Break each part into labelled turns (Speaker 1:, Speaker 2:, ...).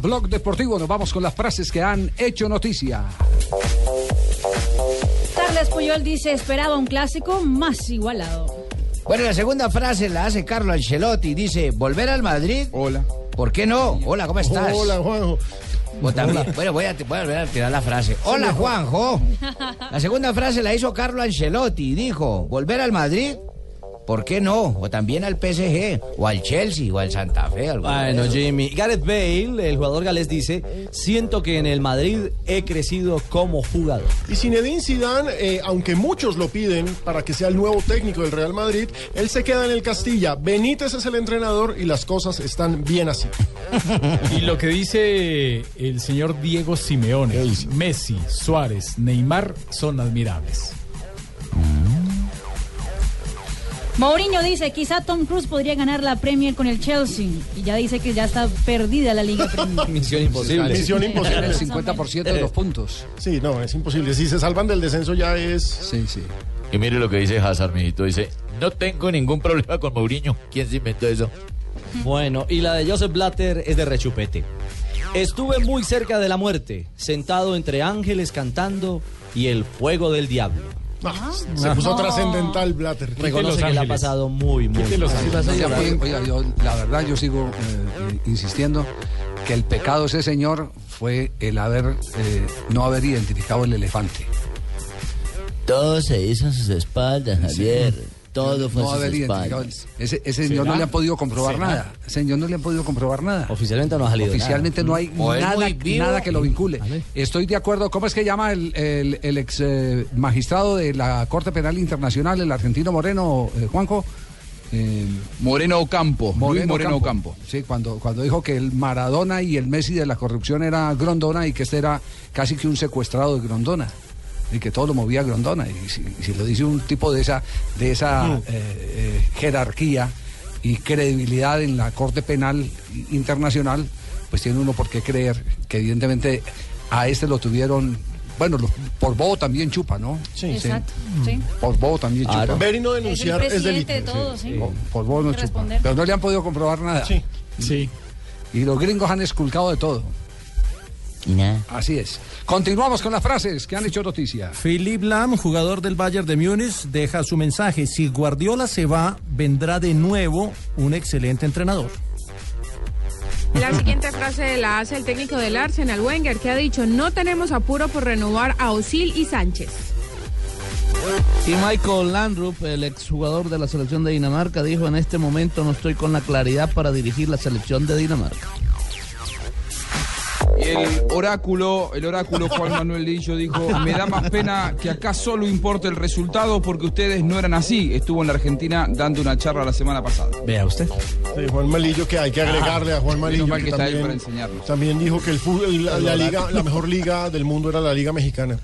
Speaker 1: Blog deportivo. Nos vamos con las frases que han hecho noticia.
Speaker 2: Carles Puyol dice, esperaba un clásico más igualado.
Speaker 3: Bueno, la segunda frase la hace Carlo Ancelotti. Dice, volver al Madrid.
Speaker 1: Hola.
Speaker 3: ¿Por qué no? Hola, ¿cómo estás?
Speaker 4: Hola, Juanjo.
Speaker 3: O también- bueno, voy a, voy a volver a tirar la frase. Hola, Juanjo. La segunda frase la hizo Carlo Ancelotti. Dijo, volver al Madrid. ¿Por qué no? O también al PSG, o al Chelsea, o al Santa Fe. alguno de
Speaker 5: Bueno,
Speaker 3: esos.
Speaker 5: Jimmy. Gareth Bale, el jugador galés, dice: Siento que en el Madrid he crecido como jugador.
Speaker 4: Y Zinedine Zidane, eh, aunque muchos lo piden para que sea el nuevo técnico del Real Madrid, él se queda en el Castilla. Benítez es el entrenador y las cosas están bien así.
Speaker 6: Y lo que dice el señor Diego Simeone, Messi, Suárez, Neymar son admirables.
Speaker 2: Mourinho dice, quizá Tom Cruise podría ganar la Premier con el Chelsea. Y ya dice que ya está perdida la Liga Premier.
Speaker 5: Misión imposible.
Speaker 4: Misión
Speaker 1: Tiene
Speaker 4: imposible.
Speaker 1: el 50% de los puntos.
Speaker 4: Sí, no, es imposible. Si se salvan del descenso ya es...
Speaker 1: Sí, sí.
Speaker 7: Y mire lo que dice Hazard, mijito. Dice, no tengo ningún problema con Mourinho. ¿Quién se inventó eso?
Speaker 5: Bueno, y la de Joseph Blatter es de rechupete. Estuve muy cerca de la muerte, sentado entre ángeles cantando y el fuego del diablo.
Speaker 4: Ah, se puso trascendental Blatter.
Speaker 5: Reconoce que le ha
Speaker 6: ángeles.
Speaker 5: pasado muy, muy
Speaker 6: Quite los
Speaker 5: mal.
Speaker 6: ángeles.
Speaker 1: Oiga, oiga, yo, la verdad yo sigo eh, eh, insistiendo que el pecado de ese señor fue el haber eh, no haber identificado el elefante.
Speaker 7: Todo se hizo en sus espaldas, Javier. Todo fue
Speaker 1: No haber
Speaker 7: en sus
Speaker 1: identificado.
Speaker 7: espaldas.
Speaker 1: Ese, ese señor no le han podido comprobar nada. Ese señor no le han podido comprobar nada.
Speaker 5: Oficialmente no ha salido. nada.
Speaker 1: Oficialmente no hay
Speaker 3: O es
Speaker 1: nada,
Speaker 3: muy vivo.
Speaker 1: nada que lo vincule. Estoy de acuerdo. ¿Cómo es que llama el, el- el ex eh, magistrado de la Corte Penal Internacional, el argentino Moreno, eh, Juanjo? Eh,
Speaker 8: Moreno Ocampo, Luis Moreno Ocampo.
Speaker 1: Sí, cuando, cuando dijo que el Maradona y el Messi de la corrupción era Grondona y que este era casi que un secuestrado de Grondona. Y que todo lo movía Grondona. Y si, y si lo dice un tipo de esa, de esa
Speaker 4: Ah.
Speaker 1: eh, eh, jerarquía y credibilidad en la Corte Penal Internacional, pues tiene uno por qué creer que evidentemente a este lo tuvieron, bueno, lo- por Bobo también chupa, ¿no?
Speaker 4: Sí.
Speaker 2: Exacto, sí.
Speaker 1: Por Bobo también chupa.
Speaker 5: Claro.
Speaker 4: Ver y
Speaker 2: Es
Speaker 4: no
Speaker 2: el
Speaker 4: denunciar es, delito.
Speaker 2: presidente de todos, ¿sí?
Speaker 1: Por, Oh, por Bobo no
Speaker 2: Hay que
Speaker 1: chupa.
Speaker 2: responder.
Speaker 1: Pero no le han podido comprobar nada.
Speaker 4: Sí.
Speaker 6: Sí.
Speaker 1: Y los gringos han esculcado de todo.
Speaker 7: Y nada.
Speaker 1: Así es. Continuamos con las frases que han hecho noticia.
Speaker 5: Philip Lam, jugador del Bayern de Múnich, deja su mensaje. Si Guardiola se va, vendrá de nuevo un excelente entrenador.
Speaker 9: La siguiente frase la hace el técnico del Arsenal, Wenger, que ha dicho, no tenemos apuro por renovar a Osil y Sánchez.
Speaker 8: Y Michael Landrup, el exjugador de la selección de Dinamarca, dijo, en este momento no estoy con la claridad para dirigir la selección de Dinamarca.
Speaker 1: Y el oráculo, el oráculo Juan Manuel Lillo dijo, me da más pena que acá solo importe el resultado porque ustedes no eran así. Estuvo en la Argentina dando una charla la semana pasada.
Speaker 5: Vea usted.
Speaker 4: Sí, Juan Malillo, que hay que agregarle a Juan Malillo.
Speaker 8: mal que está él
Speaker 4: también,
Speaker 8: para enseñarnos.
Speaker 4: también dijo que el fútbol- la, la liga, la mejor liga del mundo era la liga mexicana.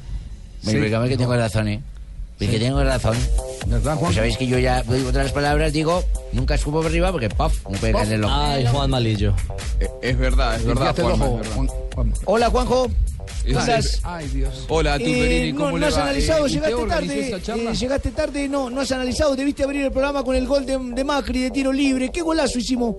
Speaker 3: Sí.
Speaker 7: Me dígame que tengo razón, ¿eh? Pues que tengo razón.
Speaker 1: ¿Verdad,
Speaker 3: Pues sabéis que yo ya, digo otras palabras, digo, nunca subo por arriba porque, puff, no puede caer en el ojo.
Speaker 5: Ay, Juan Malillo.
Speaker 8: Es verdad, es verdad,
Speaker 1: Limpiate el
Speaker 8: Juanma,
Speaker 1: ojo,
Speaker 8: es verdad.
Speaker 1: Juan- Juan-
Speaker 3: Hola, Juanjo.
Speaker 8: Es-
Speaker 3: Hola.
Speaker 8: es-
Speaker 1: Ay, Dios.
Speaker 8: Hola,
Speaker 3: Eh,
Speaker 8: Tumberini,
Speaker 3: no,
Speaker 8: ¿cómo
Speaker 3: no
Speaker 8: le
Speaker 3: has
Speaker 8: va? Eh,
Speaker 3: analizado,
Speaker 8: ¿usted
Speaker 3: llegaste
Speaker 8: organizó
Speaker 3: tarde,
Speaker 8: esa charla?
Speaker 3: eh, llegaste tarde, no, no has analizado, debiste abrir el programa con el gol de, de Macri de tiro libre, qué golazo hicimos.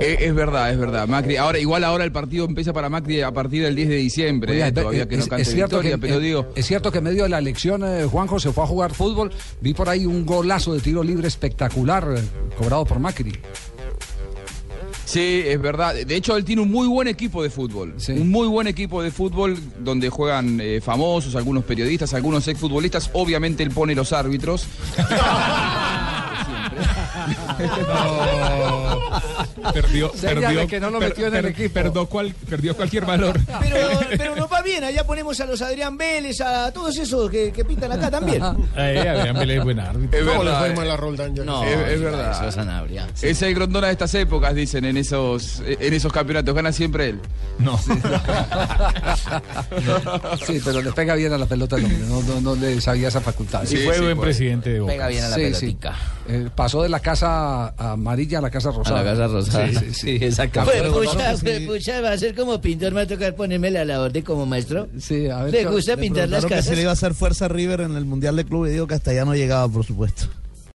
Speaker 8: Eh, es verdad, es verdad. Macri, ahora igual ahora el partido empieza para Macri a partir del 10 de diciembre,
Speaker 1: Oiga,
Speaker 8: eh, todavía que no cante victoria,
Speaker 1: que,
Speaker 8: pero
Speaker 1: eh,
Speaker 8: digo,
Speaker 1: es cierto que en medio de la elección eh, Juanjo se fue a jugar fútbol. Vi por ahí un golazo de tiro libre espectacular eh, cobrado por Macri.
Speaker 8: sí, es verdad. De hecho, él tiene un muy buen equipo de fútbol,
Speaker 1: Sí.
Speaker 8: un muy buen equipo de fútbol donde juegan eh, famosos, algunos periodistas, algunos exfutbolistas. Obviamente él pone los árbitros.
Speaker 10: Perdió,
Speaker 1: Señale
Speaker 10: perdió,
Speaker 1: que no lo metió en el equipo.
Speaker 10: Perdió, cual- perdió cualquier valor.
Speaker 3: Pero, pero no va bien, allá ponemos a los Adrián Vélez, a todos esos que, que pintan acá también.
Speaker 10: Eh, Adrián Vélez es buen árbitro.
Speaker 11: Es ¿Cómo le
Speaker 2: verdad,
Speaker 11: fue
Speaker 2: eh.
Speaker 11: mal a Roldán? ya que
Speaker 2: No,
Speaker 11: se-
Speaker 2: es, es verdad. Es el grondona de estas épocas, dicen en esos,
Speaker 8: eh,
Speaker 2: en esos campeonatos. Gana siempre él.
Speaker 10: No.
Speaker 1: Sí, pero le pega bien a la pelota al hombre, no, no, no le sabía esa facultad.
Speaker 12: Y fue buen
Speaker 4: pues.
Speaker 12: presidente de Boca.
Speaker 1: Sí, sí. Eh, pasó de la casa amarilla a la casa rosada.
Speaker 3: Casa Rosada.
Speaker 1: Sí, sí, sí.
Speaker 3: Fue
Speaker 1: Campeón,
Speaker 3: pucha,
Speaker 1: ¿no?
Speaker 3: fue pucha, va a ser como pintor, me va a tocar ponerme la labor de como maestro.
Speaker 1: Sí, a
Speaker 3: ¿Le gusta pintar las
Speaker 4: preguntaron que
Speaker 3: casas?
Speaker 4: se le iba a hacer fuerza a River en el Mundial de Clubes y digo que hasta ya no llegaba, por supuesto.